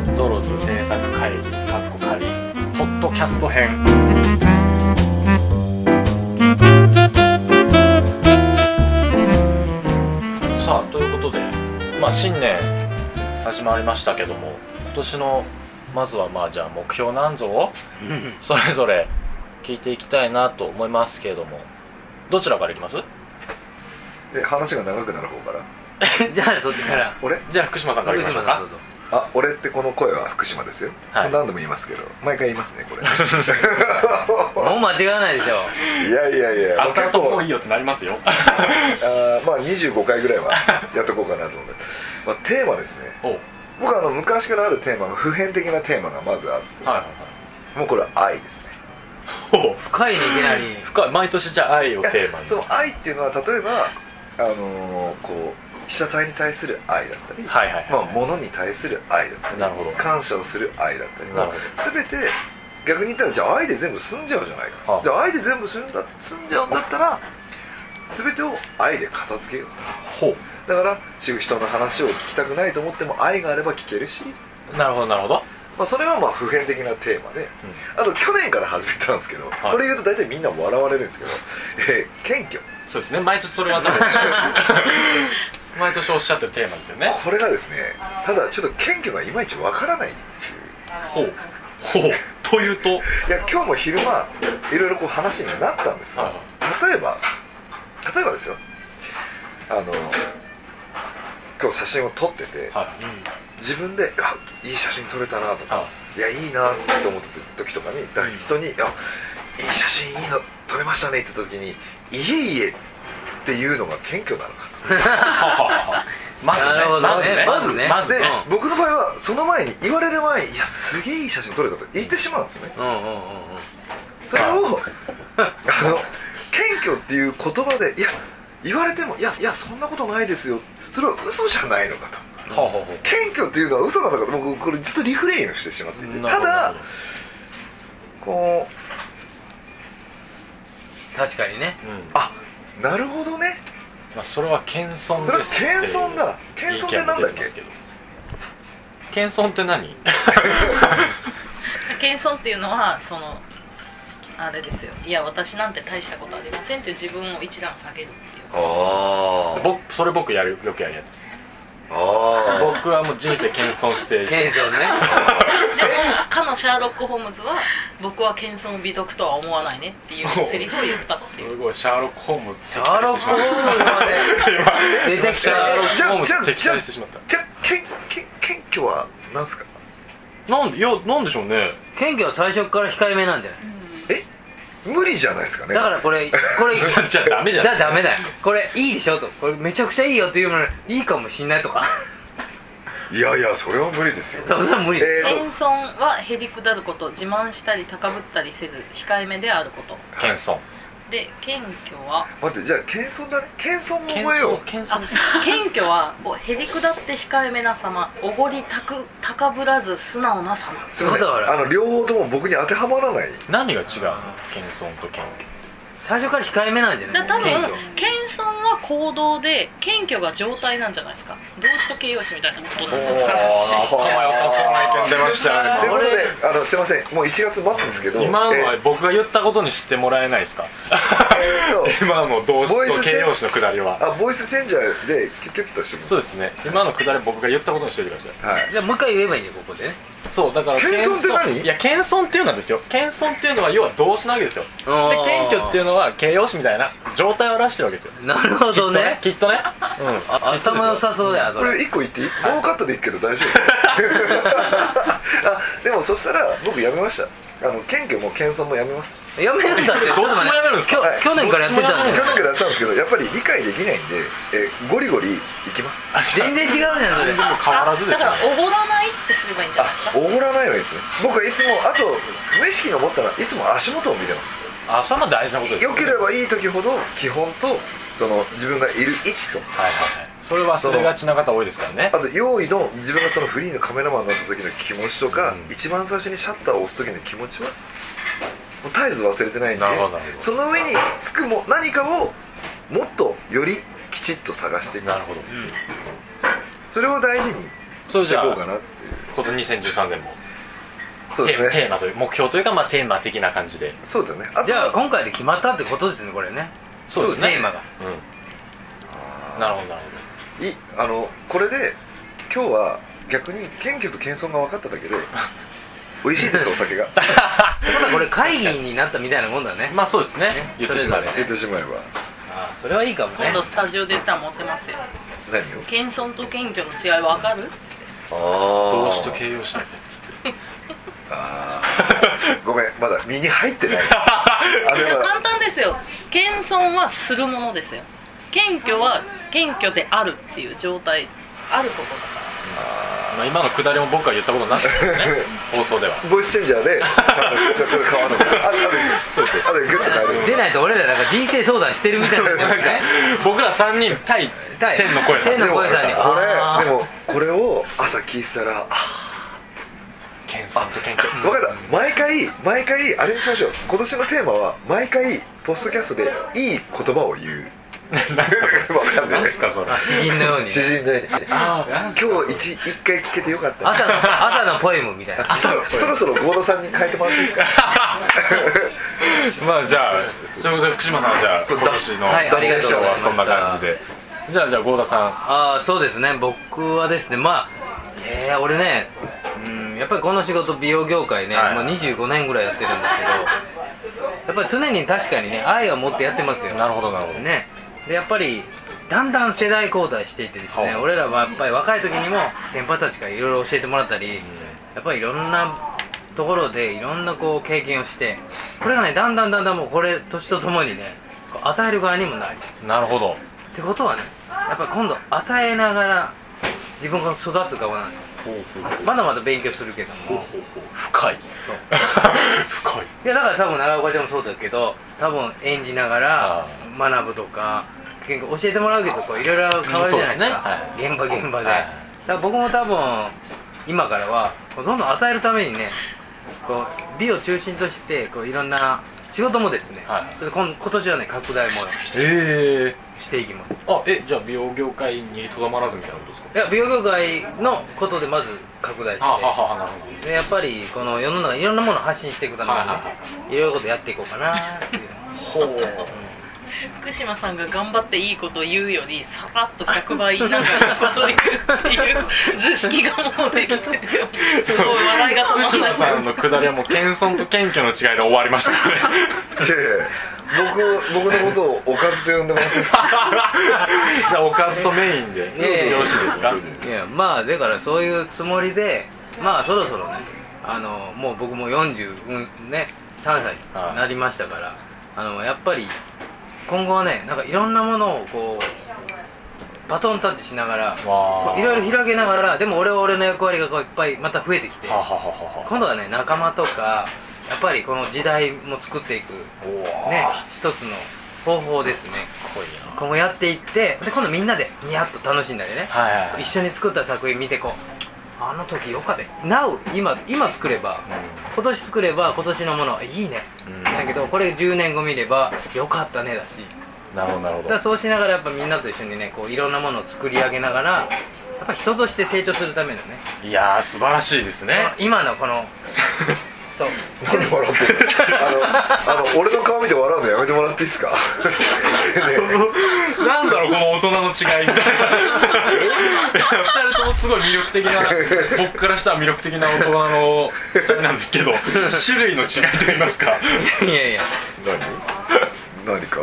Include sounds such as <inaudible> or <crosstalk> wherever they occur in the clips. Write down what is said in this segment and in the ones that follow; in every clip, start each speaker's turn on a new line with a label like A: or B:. A: 制作会議かっこ仮ポッドキャスト編さあということでまあ新年始まりましたけども今年のまずはまあじゃあ目標なんぞをそれぞれ聞いていきたいなと思いますけれどもどちらからいきます
B: え話が長くなる方から
C: じゃあそっちから
B: 俺
A: じゃあ福島さんからいきましょう
C: な
A: か
C: るほど
B: あ俺ってこの声は福島ですよ、
A: はい
B: 何度も言いますけど毎回言いますね
A: <laughs>
B: これ
C: もう間違わないでしょ
B: いやいやいや
A: あ
B: 結
A: たと
B: 構
A: もういいよってなりますよ
B: あーまあ25回ぐらいはやっとこうかなと思って、 <laughs> まあ、テーマですね
A: おう
B: 僕あの昔からあるテーマが普遍的なテーマがまずあっ
A: はいはいはい
B: てもうこれは愛ですね
A: おう
C: 深いねいきなり
A: 深い毎年じゃあ愛をテーマ
B: いや
A: に
B: その愛っていうのは例えばあのーこう被写体に対する愛だったり、
A: はいはい
B: まあ、物に対する愛だったり
A: なるほど
B: 感謝をする愛だったり
A: なるほ
B: 全て逆に言ったらじゃあ愛で全部済んじゃうじゃないか、
A: はあ
B: で愛で全部済んだ済んじゃうんだったら全てを愛で片付けよう
A: ほ
B: とだからし人の話を聞きたくないと思っても愛があれば聞けるし、
A: うなるほどなるほど、
B: まあ、それはまあ普遍的なテーマで
A: うん
B: あと去年から始めたんですけど、
A: はい
B: これ言うと大体みんな笑われるんですけど、えー謙虚
A: そうですね毎年それは <laughs> 多分毎年おっしゃってるテーマですよね
B: これがですねただちょっと謙虚がいまいちわからない
A: ほうほうというと
B: いや今日も昼間いろいろこう話になったんです
A: は
B: が例えば例えばですよあの今日写真を撮ってて
A: はい
B: 自分で「あいい写真撮れたな」とか
A: は
B: 「いやいいな」って思ってた時とかにだ人に「いやいい写真いいの撮れましたね」って言った時に「いえいえ」っていうのが謙虚なのか
A: あはあはあはあまずね
C: なるほどね
A: まずね
C: ま
A: まず
B: と
C: ずね
B: で
A: ね
C: う
B: 僕の場合はその前に言われる前に「いやすげえいい写真撮れた」と言ってしまうんですよね
C: うんうんうんうん
B: それをあの謙虚っていう言葉でいや言われてもいやいやそんなことないですよそれは嘘じゃないのかと
A: ほうほうほう
B: 謙虚っていうのは嘘なのかと僕これずっとリフレインをしてしまっていて
A: なる
B: た
A: ほど
B: だこう
C: 確かにね
A: うん
B: あなるほどね
A: まあそれは謙遜ですっていう
B: それは謙遜だ謙遜ってなんだっ
A: 意見
B: け
A: も出ますど謙遜って何
D: 謙遜っていうのはそのあれですよいや私なんて大したことありませんっていう自分を一段下げるっていう
B: あ
A: 僕それ僕やるよくやるやつです
B: あ
A: 僕はもう人生謙遜して
C: 謙遜ね
D: でもかのシャーロック・ホームズは僕は謙遜美徳とは思わないねっていうセリフを言ったって
A: す
D: いう
A: ごいシャーロック・ホームズ
C: シャーロック・ホームズまで出てき
A: シャーロッ
C: た
A: ク・ホームズ敵対してしまった
B: じゃあ謙謙謙虚は何すか
A: なんでいやなんでしょうね
C: 謙虚は最初から控えめなんじゃない
B: え無理じゃないですかね
C: だからこれこれ
A: じゃあダメじゃん
C: だダメだよこれいいでしょとこれめちゃくちゃいいよっていうのにいいかもしんないとか
B: いやいやそれは無理ですよ
C: <laughs> そんな無理
B: えーと
D: 謙遜はへりくだること自慢したり高ぶったりせず控えめであること
A: 謙遜
D: で謙虚は
B: 待ってじゃあ謙遜だね謙遜も
A: 謙
B: 覚えよう
A: 遜謙遜
D: あ謙虚はこうへりくだって控えめな様おごりたく高ぶらず素直な様
B: すいませ
C: だから
B: んあの両方とも僕に当てはまらない
A: 何が違うの謙遜と謙
C: 最初から控えめなんじゃな
D: だ
C: い
D: から多分
C: 謙
D: 謙遜は行動で謙虚が状態なんじゃないですか動詞と形容詞みたいなことですよ
B: おー頭良さそうな意見出
A: ました
B: という
A: ね
B: ことであのすいませんもう1月末ですけど
A: 今の
B: え
A: は
B: ー
A: 僕が言ったことに知ってもらえないですか
B: えーと
A: 今の動詞
B: ボイ
A: と
B: ス
A: 形
B: チェン
A: 容詞のくだりは
B: あボイスチェンジャーでキュッキュッとしても
A: そうですね今のくだり僕が言ったことにしておいてください
B: はい
C: 虚じゃあもう一回言えばいいんだよここでね
A: そうだから
B: 謙遜って何
A: いや謙遜っていうのはですよ謙遜っていうのは要は動詞なわけですよで
C: あー
A: 謙虚っていうのは形容詞みたいな状態を表してるわけですよ
C: なるほどね
A: きっとねうん
C: あ頭良さそうだよそ
B: これ
C: れ
B: 一個言っていい、ノーカットでいくけど大丈夫あでもそしたら僕やめましたあの謙虚も謙遜もやめます
C: やめるんだって
A: どっちもやめるんですか
C: 今日去年からやってたんだ
B: 去
C: よ
B: 年からやってたんですけどやっぱり理解できないんで、えーゴリゴリいきます
A: あじゃあ
C: 全然違うじゃんそれ
A: 全然もう変わらずですよ
D: あだからおごらないってすればいいんじゃ
B: あ
D: ないですか
B: おごらないはいいですね僕はいつもあと無意識に思ったらいつも足元を見てます
A: あそれも大事なことです
B: 良
A: よ
B: ければいい時ほど基本とその自分がいる位置と
A: はいはいはいそれ忘れがちな方多いですからね
B: あと用意の自分がそのフリーのカメラマンになった時の気持ちとか、
A: うん
B: 一番最初にシャッターを押す時の気持ちはもう絶えず忘れてないんで
A: なるほどなるほど
B: その上につくも何かをもっとよりきちっと探してみる
A: なるほど
C: うん
B: それを大事に
A: それ
B: して
A: じ
B: い
A: ゃ
B: こう
A: あ
B: かなっていう
A: この2013年も
B: そうですね
A: テーマという目標というか、まあ、テーマ的な感じで
B: そうだよねあと
C: じゃあ今回で決まったってことですねこれね
A: そうですね
C: テーマが
A: うんな
B: あ
A: るほどなるほ
B: ーいあのこれで今日は逆に謙虚と謙遜が分かっただけ
A: <laughs>
B: で美味しいですお酒が
C: まだこれ会議になったみたいなもんだね
A: どまあそうですね
C: ね
A: 言ってしまえば
C: そ
A: ね
B: 言ってしまえば
C: ああそれはいいかもね
D: 今度スタジオで言ったら持ってますよ
B: 何を
D: 謙遜と謙虚の違い分かる
B: あ
A: 動詞と形容詞ですね
B: あー <laughs> ごめんまだ身に入ってないあ
D: い
B: れ
D: や簡
B: は
D: 単ですよ謙遜はするものですよ謙虚は謙虚であるっていう状態あることだか
A: まあ今のくだりも僕は言ったことないですけどね放送では
B: ボイスチェンジャーであのこれ買わないあれあれ
A: そうそうそ
B: あれグッと変える
C: 出ないと俺らなんか人生相談してるみたいなもん
A: なんか
C: ね
A: 僕ら3人対
C: 対
A: 天の声さん
C: 天の声さんに
B: こ
C: あ
B: れ
C: ー
B: でもこれを朝聞いてたらあ
A: 謙遜と謙虚
B: 分かった毎回毎回あれにしましょう今年のテーマは毎回ポストキャストでいい言葉を言う分かんない
A: 何すかそれ
C: あ詩人のように
B: 詩人のようにああ
A: なんすか
B: 今日一一回聞けてよかった
C: 朝の朝のポエムみたいな
B: そろそろそろ郷田さんに変えてもらっていいですか
A: <laughs> まあじゃあそれこそ福島さんはじゃあ
B: そう
A: 今年の
C: はい
A: 脱
C: ありが
A: 線
C: とうご
A: 賞は
C: ざいました
A: そんな感じでじゃあじゃあ郷田さ
C: ああそうですね僕はですねまあえー、俺ねうんやっぱりこの仕事美容業界ね、
A: はい
C: もう25年ぐらいやってるんですけどやっぱり常に確かにね愛を持ってやってますよ
A: んなるほどなるほど
C: ねでやっぱりだんだん世代交代していってです
A: はい
C: ね俺らはやっぱり若い時にも先輩たちからいろいろ教えてもらったり、やっぱりいろんなところでいろんなこう経験をしてこれがねだんだんだんだんもうこれ年とともにねこう与える側にもなり
A: なるほど
C: ってことはねやっぱり今度与えながら自分が育つ側なんですよまだまだ勉強するけども
A: 深い <laughs> 深い
C: いやだから多分長岡ちゃんもそうだけど多分演じなが
A: あ
C: ら学ぶとか結構教えてもらうけどこういろいろ変わるじゃないで
A: うんそう
C: すか
A: ですねはい
C: 現場現場で、
A: はい
C: だから僕も多分今からはこうどんどん与えるためにねこう美を中心としてこういろんな仕事もですね、
A: はい
C: ちょっと今今年はね拡大も
A: ええ
C: していきます
A: あえじゃあ美容業界にとどまらずみたいなことですか
C: いや美容業界のことでまず拡大して
A: あはははなるほど
C: でやっぱりこの世の中いろんなものを発信していくためにね、
A: はいいはい
C: ろいろことやっていこうかなっていう
A: ほう
D: ら福島さんが頑張っていいことを言うよりさらっと100倍なんかいいこと言うっていう図式がもうできててすごい笑いが
A: 福
D: 止ま
A: 島
D: ら
A: さ
D: なんい
A: のくだりはもう謙遜と謙虚の違いで終わりましたね <laughs>
B: いやいや僕を僕のことをおかずと呼んでもらっていいですか
A: じゃあおかずとメインでよ
C: やいや
A: ろしいですか
C: いやまあだからそういうつもりでまあそろそろねあのもう僕も40、うんね、3歳
A: はい
C: になりましたから、あのやっぱり今後はねなんかいろんなものをこうバトンタッチしながら
A: わあ
C: こういろいろ広げながらでも俺は俺の役割がこういっぱいまた増えてきて
A: ははははは
C: 今度はね仲間とかやっぱりこの時代も作っていく
A: おお
C: ね
A: かっ、
C: 一つの方法ですね
A: こいいな
C: 今後やっていってで今度みんなでニヤッと楽しんだりね
A: はいはいはい
C: 一緒に作った作品見てこうあの時よかで Now 今今作れば今年作れば今年のものいいね、
A: うん
C: だけどこれ10年後見ればよかったねだし
A: なるほどなる
C: だ
A: ほ
C: か
A: ど
C: らそうしながらやっぱみんなと一緒にねこういろんなものを作り上げながらやっぱ人として成長するためのね
A: いやー素晴らしいですね
C: 今のこのそう
B: 何笑ってるあのあの俺の顔見て笑うのやめてもらっていいですかね
A: <laughs> なんだろうこの大人の違いみ <laughs> たいな2人ともすごい魅力的な僕からしたら魅力的な大人の2人なんですけ <laughs> ど種類の違いと言いますか
C: いやいや
B: 何何か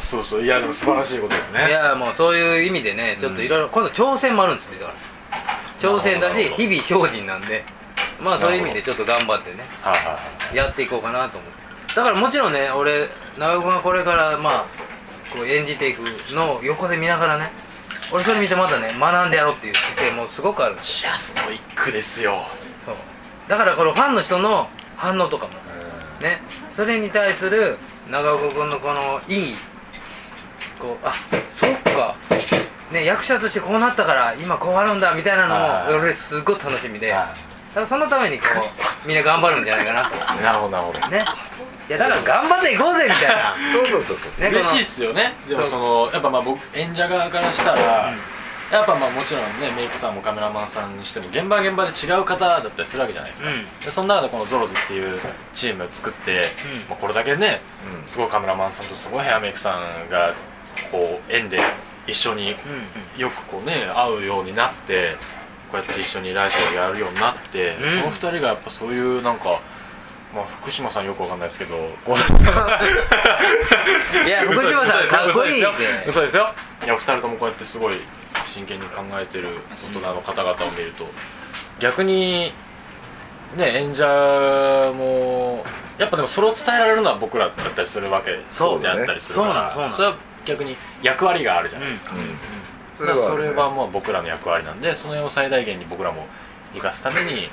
A: そうそういやでも素晴らしいことです
C: い
A: ね
C: やもうそういう意味でねちょっといろいろ今度挑戦もあるんですよだから挑戦だ
A: なる
C: し
A: ほ
C: 日々精進なんでまあそういう意味
A: なる
C: でちょっと頑張ってね
A: はいはいはい
C: やっていこうかなと思ってだからもちろんね俺長尾君がこれからまあこう演じていくのを横で見ながらね俺それ見てまたね学んでやろうっていう姿勢もすごくあるんです
A: いやストイックですよ
C: そうだからこのファンの人の反応とかもねそれに対する長岡君のこのいいこうあそっかね役者としてこうなったから今こうあるんだみたいな
A: はい
C: のを俺すごい楽しみでだ
A: は
C: からそのためにこ
A: <laughs>
C: うみんな頑張るんじゃないかなと
A: なるほどなるほど
C: ねいやだから頑張っていこうぜみたい
A: <laughs>
C: な
B: そうそうそうそう
C: ね
A: 嬉しいっすよねでもそのやっぱまあ僕演者側からしたら、
C: うん
A: ややっぱまあもちろんねメイクさんもカメラマンさんにしても現場は現場で違う方だったりするわけじゃないですか、
C: うん
A: でその中でこのゾロズっていうチームを作って、
C: うん
A: まあ、これだけね
B: うん
A: すごいカメラマンさんとすごいヘアメイクさんがこう縁で一緒に
C: うん
A: よくこうね会うようになってこうやって一緒にライブをやるようになって、
C: うん
A: その二人がやっぱそういうなんか、まあ、福島さんよくわかんないです
C: <laughs>
A: けどこう
C: いや福島さんかっこいいって
A: 嘘ですよいやお二人ともこうやってすごい真剣に考えてる大人の方々を見ると逆にね演者もやっぱでもそれを伝えられるのは僕らだったりするわけ
B: そう
A: で
B: だ
A: あ
B: ね
A: ったりするか
C: そうな
A: ら
C: の
A: そ
C: そう
A: れ
C: な
A: は逆に役割があるじゃないですか、
B: うん
A: それはそれは
B: ね
A: まあ僕らの役割なんでその辺を最大限に僕らも生かすために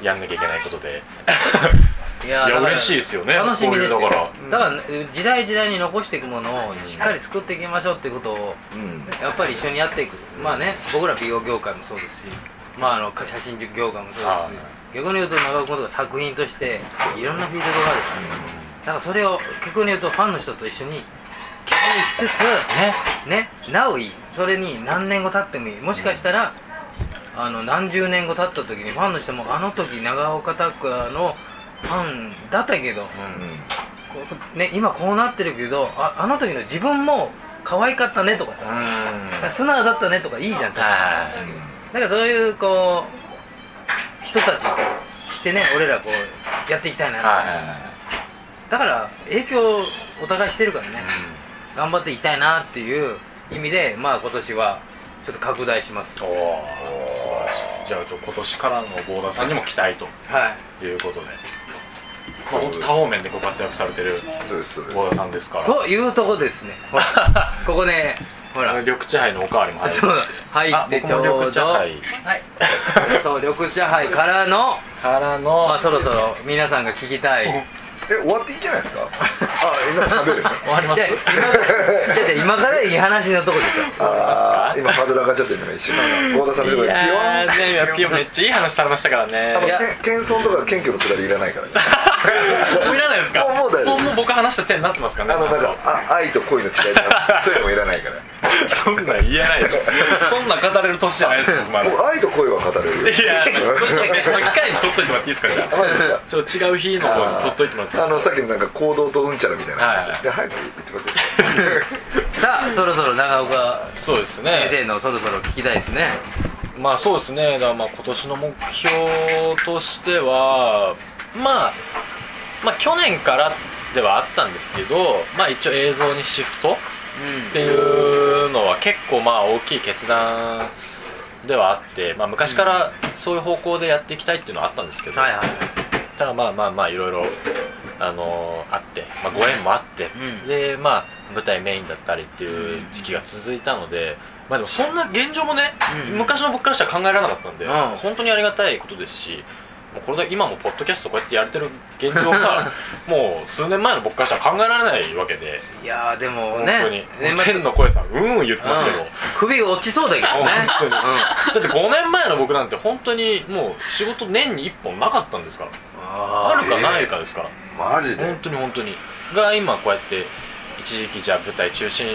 A: やんなきゃいけないことで
C: <laughs> い
A: い
C: や
A: や
C: だから
A: 嬉しいですよね
C: 楽しみですよ
A: こういうだから
C: だからね時代時代に残していくものをしっかり作っていきましょうっていうことを
B: うん
C: やっぱり一緒にやっていくまあね僕ら美容業界もそうですしまああの写真業界もそうですし
A: はい
C: 逆に言うと長尾君とか作品としていろんなフィールドがあるだからそれを逆に言うとファンの人と一緒に共有しつつねなおいいそれに何年後経ってもいいもしかしたら、あの何十年後経った時にファンの人もあの時長岡拓也のファンだったけど、
B: う
C: こうね、今こうなってるけどああの時の自分も可愛かったねとかさ、素直だったねとかいいじゃんなんか
A: は
B: ん
C: そういうこう人たちしてね俺らこうやっていきたい
A: い
C: な、
A: は
C: だから影響をお互いしてるからね、頑張っていきたいなっていう意味でまあ今年はちょっと拡大します
A: いおお素晴らしいじゃあちょ今年からの郷田さんにも期待と
C: はい
A: いうことでまあ本当多方面でご活躍されてる
B: そうですそうです
A: 郷田さんです <laughs> から
C: というとこですねほらここねほら
A: 緑茶杯のおかわりも入りまして
C: そう入って
A: あ僕も緑茶
C: ちょう
A: 杯
C: ど
D: はい
C: <laughs> そう緑茶杯からの
A: からの
C: まあそろそろ皆さんが聞きたい
B: え終わっていいんじゃないです
A: <laughs>
B: かあえなんか喋る
A: 終わります
C: じゃあ今じゃあ今からいい話のとこでしょ
B: あー今ハードル上がっちゃってるのが一瞬郷田さんのとこ
A: い
B: ろで
A: やーねいや
B: ピ
A: ピ
B: ヨ
A: ヨ
B: ン
A: めっちゃいい話されましたから
B: あの
A: ね
C: いや
B: けん謙遜とか謙虚のくだりいらないからね
A: もういらないですか
B: もうもう大丈夫
A: もう僕話した手になってますか
B: あ
A: らね
B: のなんかあ愛と恋の違いとかそういうのもいらない
A: <laughs>
B: から
A: ちゃんとそんなん言えないですそんなん語れる年じゃないですよまだい
B: もう愛と恋は語れるよ
A: やこれちょっと別の機会に取っといてもらっていいですかじゃ
B: あマジですか
A: あちょっと違う日の方に取っといてもらっていい
B: あ
A: で
B: のさっきのなんか行動とうんちゃらみたいな
A: はいはい
B: 話で早く言ってもらっていいですか
C: さあそろそろ長岡
A: すかそうです
C: 先
A: ね
C: 生のそろそろ聞きたいですね
A: まあそうですねだからまあ今年の目標としてはまあまあ去年からではあったんですけどまあ一応映像にシフトっていうのは結構まあ大きい決断ではあって、まあ、昔からそういう方向でやっていきたいっていうのはあったんですけ
C: うん
A: ど、
C: はいはい
A: ただまあまあまあいろいろ、あのーあって、まあ、ご縁もあって、
C: うん
A: でまあ舞台メインだったりっていう時期が続いたので、まあ、でもそんな現状もね、
C: うん
A: 昔の僕からしたら考えられなかったんで、
C: うん
A: 本当にありがたいことですしもうこれだけ今もポッドキャストこうやってやれてる現状が
C: <laughs>
A: もう数年前の僕からしたら考えられないわけで。
C: いやーでも
A: 本
C: ね
A: 当に、
C: 年末
A: 天の声さんうんうん言ってますけど、
C: うん首落ちそうだけどね
A: 本当にだって5年前の僕なんて本当にもう仕事年に1本なかったんですからあ
C: あ
A: るかないかですから、
B: マジで
A: 本当に本当にが今こうやって一時期じゃあ舞台中心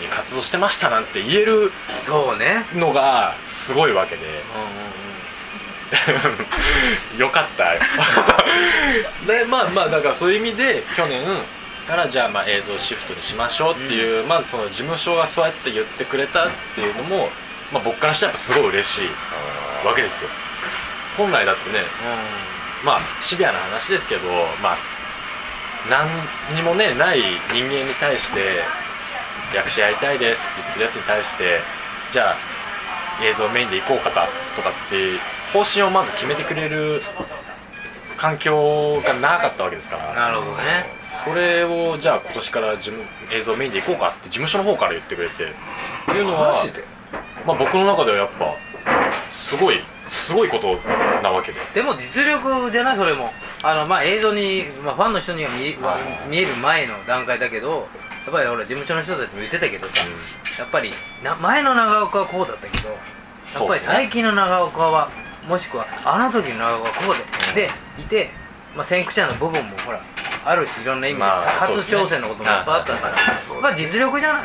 A: に活動してましたなんて言える
C: るそうね
A: のがすごいわけで <laughs> よかったよでまあまあだからそういう意味で去年からじゃあまあ映像シフトにしましょうっていう、まずその事務所がそうやって言ってくれたっていうのも、まあ、僕からしたらやっぱすごい嬉しいわけですよ本来だってねまあシビアな話ですけどまあ何にもねない人間に対して役者やりたいですって言ってるやつに対してじゃあ映像メインで行こうかとかって方針をまず決めてくれる環境がなかったわけですから
C: なるほどね
A: それをじゃあ今年から事務映像メインで行こうかって事務所の方から言ってくれてっていうのは
B: マジで
A: まあ、僕の中ではやっぱすごいすごいことなわけで
C: でも実力じゃないそれもあのまあ映像に、まあ、ファンの人には見,、
A: はい
C: 見える前の段階だけどやっぱり俺事務所の人たちも言ってたけどさ、やっぱりな前の長岡はこうだったけどやっ
A: そう
C: ぱ
A: で
C: り
A: すね
C: 最近の長岡はもしくはあの時の長岡はこうで、でいて、まあ、先駆者の部分もほらあるしいろんな意味でさ、
A: まあそうで
C: 初
A: すね
C: 挑戦のこともいっぱいあったから、
B: そう
C: まあ実力じゃない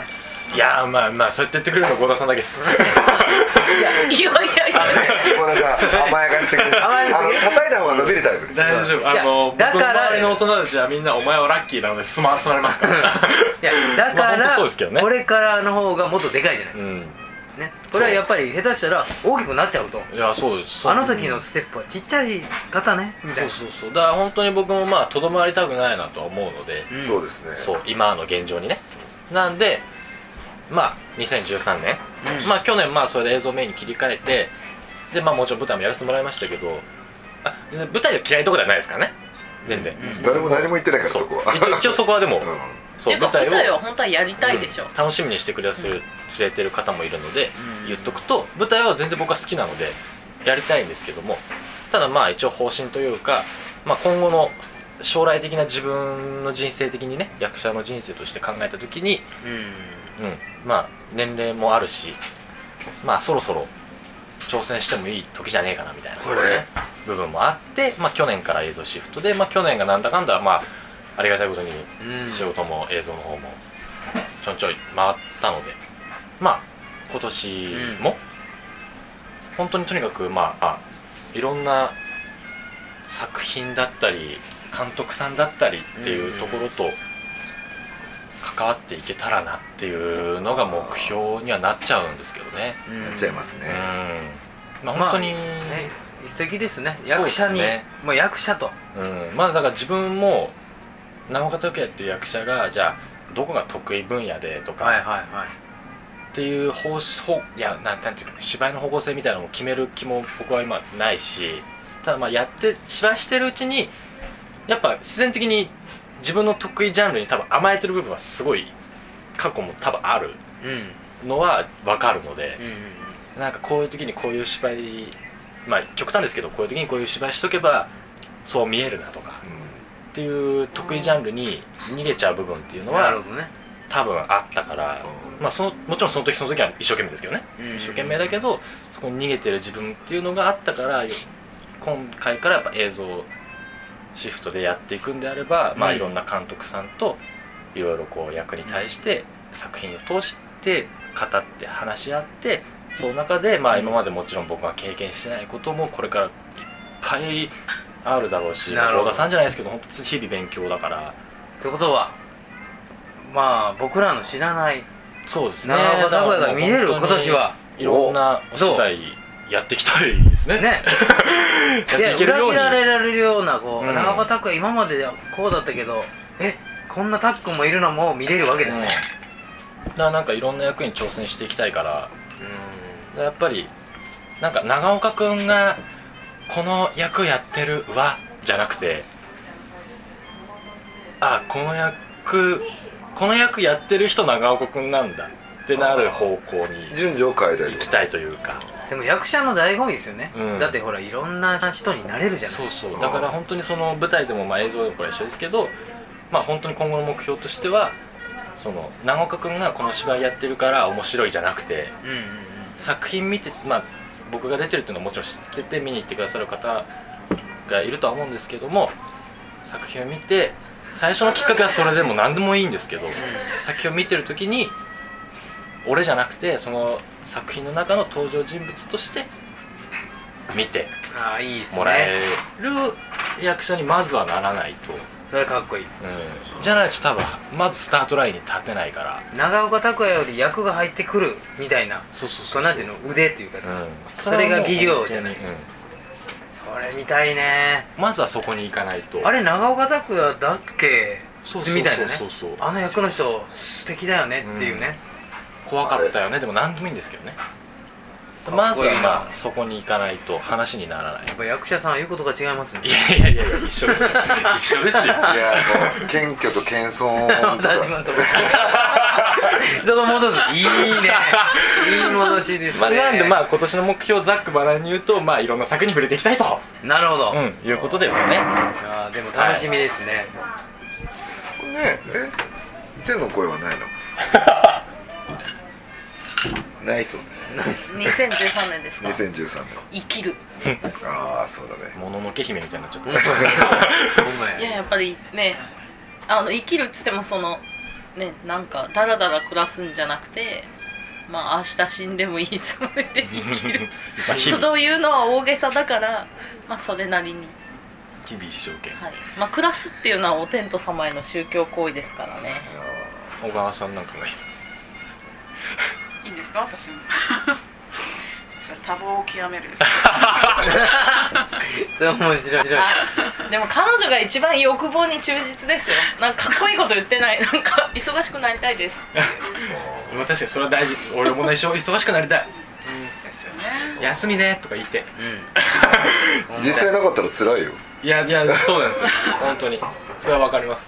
A: いやーまあまあそうやって言ってくれるのは郷田さんだけです
D: いやいやいや
B: これさ甘やかしすぎです
C: 甘や
B: あの
C: かしすぎ
B: 叩いた方が伸びるタイプです
A: <laughs> 大丈夫あの
C: いやだ
A: 僕の
C: から
A: 周りの大人たちはみんなお前はラッキーなので済ま済まれますから <laughs>
C: いやだから、
A: まあ本当そうですけどね
C: これからの方がもっとでかいじゃない
A: う
C: ですか、
A: ん
C: ね、これはやっぱり下手したら大きくなっちゃうと
A: いやそうです
C: あの時
A: う
C: の
A: ん
C: ステップはちっちゃい方ねみたい
A: そう
C: な
A: そうそうだから本当に僕もまあとどまりたくないなとは思うので、
C: うん
B: そうですね
A: そう今の現状にねなんでまあ2013年、
C: うん
A: まあ去年まあそれで映像メインに切り替えてでまあもちろん舞台もやらせてもらいましたけどあ全然舞台が嫌いとかではないですからね全然、
C: うん
B: 誰も何も言ってないから
A: そう
B: そこは
A: 一応一応そこはでも、
B: うん
A: そう
D: てか
A: 舞台
D: 舞
A: を
D: 台は本当はやりたいでしょ
A: うん楽しみにしてくれする連れてる方もいるので、
C: うん
A: 言っとくと舞台は全然僕は好きなのでやりたいんですけどもただまあ一応方針というか、まあ、今後の将来的な自分の人生的にね役者の人生として考えた時に、
C: うん
A: うん、まあ年齢もあるしまあそろそろ挑戦してもいい時じゃねえかなみたいな
B: これ
A: 部分もあって、まあ、去年から映像シフトで、まあ、去年がなんだかんだまあありがたいことに
C: うん
A: 仕事も映像の方もちょんちょい回ったのでまあ今年も本当にとにかくまあいろんな作品だったり監督さんだったりっていうところと関わっていけたらなっていうのが目標にはなっちゃうんですけどね
C: うん
B: やっちゃいます
A: う
B: ね
A: んまあ本当に、
C: ね一石ですね
A: そう
C: 役
A: ですね
C: 者にもう役者と
A: うん、まあだから自分も長岡拓也っていう役者がじゃあどこが得意分野でとか、
C: はいはいはい
A: っていう方方いやなんなんていうかね芝居の方向性みたいなのも決める気も僕は今ないしただまあやって芝居してるうちにやっぱ自然的に自分の得意ジャンルに多分甘えてる部分はすごい過去も多分ある
C: うん
A: のは分かるので
C: うんうん
A: なんかこういう時にこういう芝居まあ極端ですけどこういう時にこういう芝居しとけばそう見えるなとかっていう得意ジャンルに逃げちゃう部分っていう
C: う
A: の
C: んなる
A: は
C: ほどね
A: 多分あったからまあそのもちろんその時その時は一生懸命ですけどね
C: うん
A: 一生懸命だけどそこに逃げてる自分っていうのがあったからよ今回からやっぱ映像シフトでやっていくんであれば、まあ
C: うん
A: いろんな監督さんといろいろこう役に対して作品を通して語って話し合ってその中でまあ
C: うん
A: 今までもちろん僕が経験してないこともこれからいっぱいあるだろうし
C: なるほど
A: 郷田さんじゃないですけど本当日々勉強だから
C: ってことはまあ僕らの知らない
A: そうですね
C: 長岡拓也が見れる
A: だか
C: 今
A: らもう本当に
C: 年はい
A: ろんなお芝居やっていきたいですね
C: ね
A: やっ
C: いや
A: ていけ
C: 裏切
A: るように
C: られるようなこう、
A: うん
C: 長岡拓也今までこうだったけどえこんなタックもいるのも見れるわけだ
A: うん
C: ね
A: だからなんかいろんな役に挑戦していきたいからやっぱりなんか長岡くんがこの役やってるわじゃなくてあこの役この役やってる人長岡くんなんだってなる方向
B: うん
A: に
B: 順序を変えた
A: 行
B: りと
A: き
B: か
A: たいというか
C: でも役者の醍醐味ですよね、
A: うん
C: だってほらいろんな人になれるじゃない
A: そうそうだから本当にその舞台でもまあ映像でもこれ一緒ですけどまあ本当に今後の目標としてはその長岡くんがこの芝居やってるから面白いじゃなくて
C: うんうん
A: 作品見てまあ僕が出てるっていうのはもちろん知ってて見に行ってくださる方がいるとは思うんですけども作品を見て最初のきっかけはそれでも何でもいいんですけど作品を見てる時に俺じゃなくてその作品の中の登場人物として見て
C: うんああいいですね
A: もらえる役者にまずはならないと、
C: それかっこいい
A: じゃないと多分まずスタートラインに立てないから
C: 長岡拓也より役が入ってくるみたいな
A: そうそう
C: こうなんていうの腕っていうかさ、
A: ん
C: それが技量じゃない
A: それはもう本当にうん
C: それみたいね
A: まずはそこに行かないと
C: あれ長岡拓也だっけ
A: そう
C: みたいなね
A: そうそうそう
C: あの役の人素敵だよねっていうね、
A: 怖かったよねでも何でもいいんですけどねまずは
C: かっこいい
A: ま
C: な
A: あそこに行かないと話にならない
C: やっぱ役者さんは言うことが違いますね
A: いやいやいやいや一緒 <laughs> ですよ一緒ですよ
B: いやもう謙虚と謙遜とか
A: <laughs>
C: 私のとこそこ戻すいいねいい戻しですね、
A: まあ、なんでま
C: あ
A: あ今年の目標ざっくばらんに言うとまあいろんな作に触れていきたいと、
C: なるほど、
A: うん、いうことですよね
C: あーでも楽しみですね、
B: ねえ天の声はないのないそう
D: 2013年ですか
B: です2013年
D: 生きる
B: ああそうだね
A: もののけ姫みたいにな <laughs> っちゃった
C: ほんまや
D: いややっぱりねあの生きるっつってもそのねなんかダラダラ暮らすんじゃなくてまあ明日死んでもいいつもりで生きる
A: まあ日
D: 人
A: 々
D: というのは大げさだからまあそれなりに、
A: 日々一生懸
D: はいまあ、暮らすっていうのはお天道様への宗教行為ですからね
A: 命小川さんなんかがいい
E: いいんですか私も <laughs> 私は多忙を極めるです
C: それ面白い
D: あでも彼女が一番欲望に忠実ですよなんかかっこいいこと言ってないなんか忙しくなりたいです
A: まあ確かにそれは大事俺もね一生忙しくなりたい
E: ですよね
A: 休みねとか言って
C: うん
B: 実際なかったら辛いよ
A: いやいやそうなん <laughs> ですよ本当にそれはわかります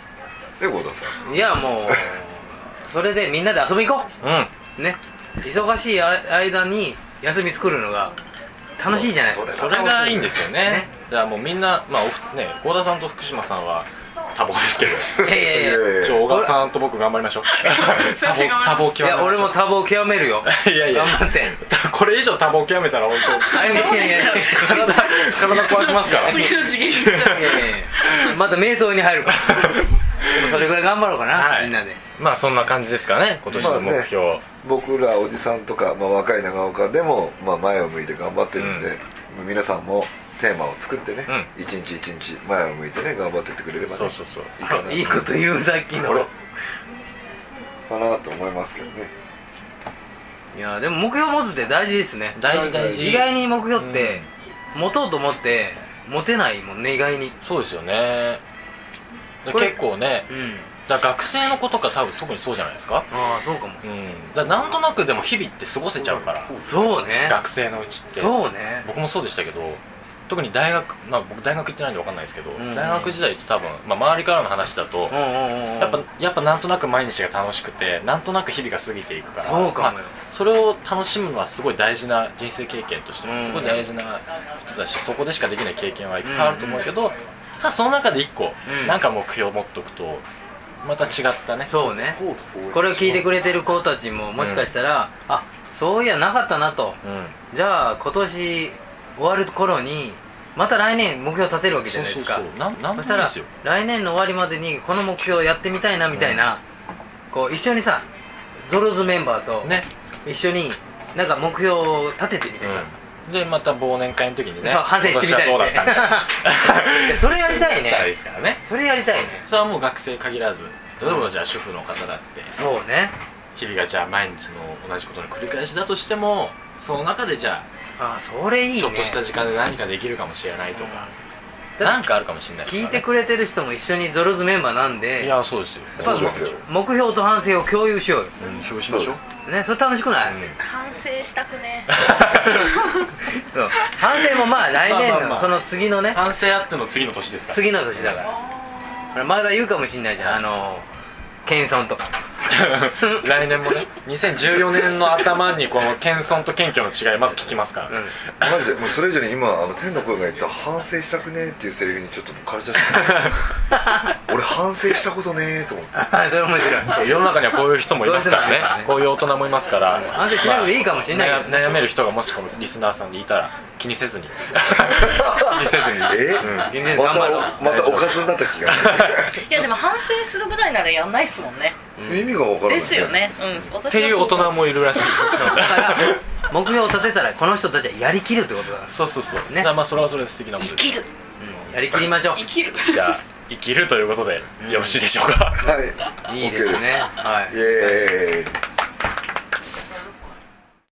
B: え郷田さん
C: いやもうそれでみんなで遊び行こ
A: うん
C: うね忙しい間に休み作るのが楽しいじゃないですか
A: それがいいんですよね
C: ね
A: だからもうみんなまあおふね郷田さんと福島さんは多忙ですけど <laughs>
C: いやいやい
B: いや
C: や
B: いや
A: ちょ小川さんと僕頑張りま <laughs> しょう多
E: 先生頑
A: 忙
E: 張ります
A: 多忙
C: い
A: 極めましょ
C: や
A: う
C: 俺も多忙極めるよ
A: いやいや
C: 頑張って
A: これ以上多忙極めたら本当
C: いやいやいやいや
A: 体体壊します <laughs> から
E: 次の次元
C: また瞑想に入るからでもそれぐらい頑張ろうかな、
A: はい
C: みんなで
A: まあそんな感じですかね今年の目標、
B: 僕らおじさんとか、まあ、若い長岡でも、まあ、前を向いて頑張ってるんで、皆さんもテーマを作ってね、
A: う
B: 一日一日前を向いてね頑張ってってくれれば、ね、
A: そうそうそう
B: いいかな、
C: いいこと言うさっきの
B: 俺かなと思いますけどね
C: いやでも目標持つって大事ですね
A: 大事大事
C: 意外に目標って、持とうと思って持てないもんね意外に
A: そうですよねで
C: これ
A: 結構ね
C: うん
A: だから学生の子とか多分特にそうじゃないですか
C: ああそうかも
A: うんだからなんとなくでも日々って過ごせちゃうから
C: そうね
A: 学生のうちって
C: そうね
A: 僕もそうでしたけど特に大学まあ僕大学行ってないんで分かんないですけど、
C: ん
A: 大学時代って多分、まあ、周りからの話だと、
C: うんうんうんうん
A: やっぱやっぱなんとなく毎日が楽しくてなんとなく日々が過ぎていくから
C: そうかも
A: ま
C: よ
A: あそれを楽しむのはすごい大事な人生経験として
C: うん
A: すごい大事なことだしそこでしかできない経験はいっぱいあると思うけど、ただその中で1個、
C: うん
A: なんか目標を持っとくとまた違ったね
C: そうねこれを聞いてくれてる子たちももしかしたら、あそういやなかったなと
A: うん
C: じゃあ今年終わる頃にまた来年目標立てるわけじ
A: そ
C: ゃ
A: う
C: ないで
A: そう
C: すか
A: そうなんなんでも
C: そ
A: い
C: した
A: いで
C: ら
A: すよ
C: 来年の終わりまでにこの目標をやってみたいなみたいな、こう一緒にさゾロズメンバーと
A: ね、
C: 一緒になんか目標を立ててみてさ、
A: うんでまた忘年会の時にね
C: そう反省してみたり
A: 今
C: し
A: 年はどうだったんだ
C: ていやそれやりたいね
A: やですからね
C: それやりたいね
A: それはもう学生限らず例えばじゃあ主婦の方だって
C: そうね
A: 日々がじゃあ毎日の同じことの繰り返しだとしてもその中でじゃ
C: あそれいい
A: あ
C: ね
A: ちょっとした時間で何かできるかもしれないとかなんかあるかもしれないですから
C: 聞い
A: ね
C: てくれてる人も一緒にゾロズメンバーなんで
A: いやそうですよ
C: やっぱ
B: そうですよ
C: 目標と反省を共有しようよ
A: うん表し
B: そ
A: ま
B: う
A: し
B: で
A: ょう
B: す
C: ねそれ楽しくない、
D: <laughs> 反省したくね
C: そう反省もまあ来
A: まあ
C: 年
A: まあま
C: の
A: あ
C: その次のね
A: <laughs> 反省あっての次の年ですから
C: 次の年だからまだ言うかもしんないじゃんあの謙遜とか <laughs>
A: <laughs> 来年もね2014年の頭にこの謙遜と謙虚の違いまず聞きますから、
C: うん
B: マジで <laughs> もうそれ以上に今あの天の声が言った「反省したくねえ」っていうセリフにちょっと枯れちゃった俺反省したことねえと思って
C: あそれ面白い
A: そう世の中にはこういう人もいますから
C: どうしてもいますから
A: ね
C: ね
A: こういう大人もいますから
C: 反省しなくていいかもしれないけどね
A: まあ悩悩める人がもしこのリスナーさんでいたら気にせ
C: <laughs>
A: ずに気にせずにう
B: え
A: ん
C: 全然
B: ま
C: 頑張ろう
B: たおまたおかずになった気がす
D: いやでも反省するぐらいならやんないっすもんね
B: る意味がわからない
D: ですよねうん私はそう
A: っていう大人もいるらしい
C: だから目標を立てたらこの人たちはやりきるってことだから、
A: そうそうそう、
C: ね
A: だからまあそれはそれで素敵なこと
D: 生
A: です
D: きる
C: やりきりましょ
E: 生きる
A: じゃあ生きるということでよろしいでしょうか、
B: はい、
C: ういいです
B: OK
C: ねはい
B: イエーイ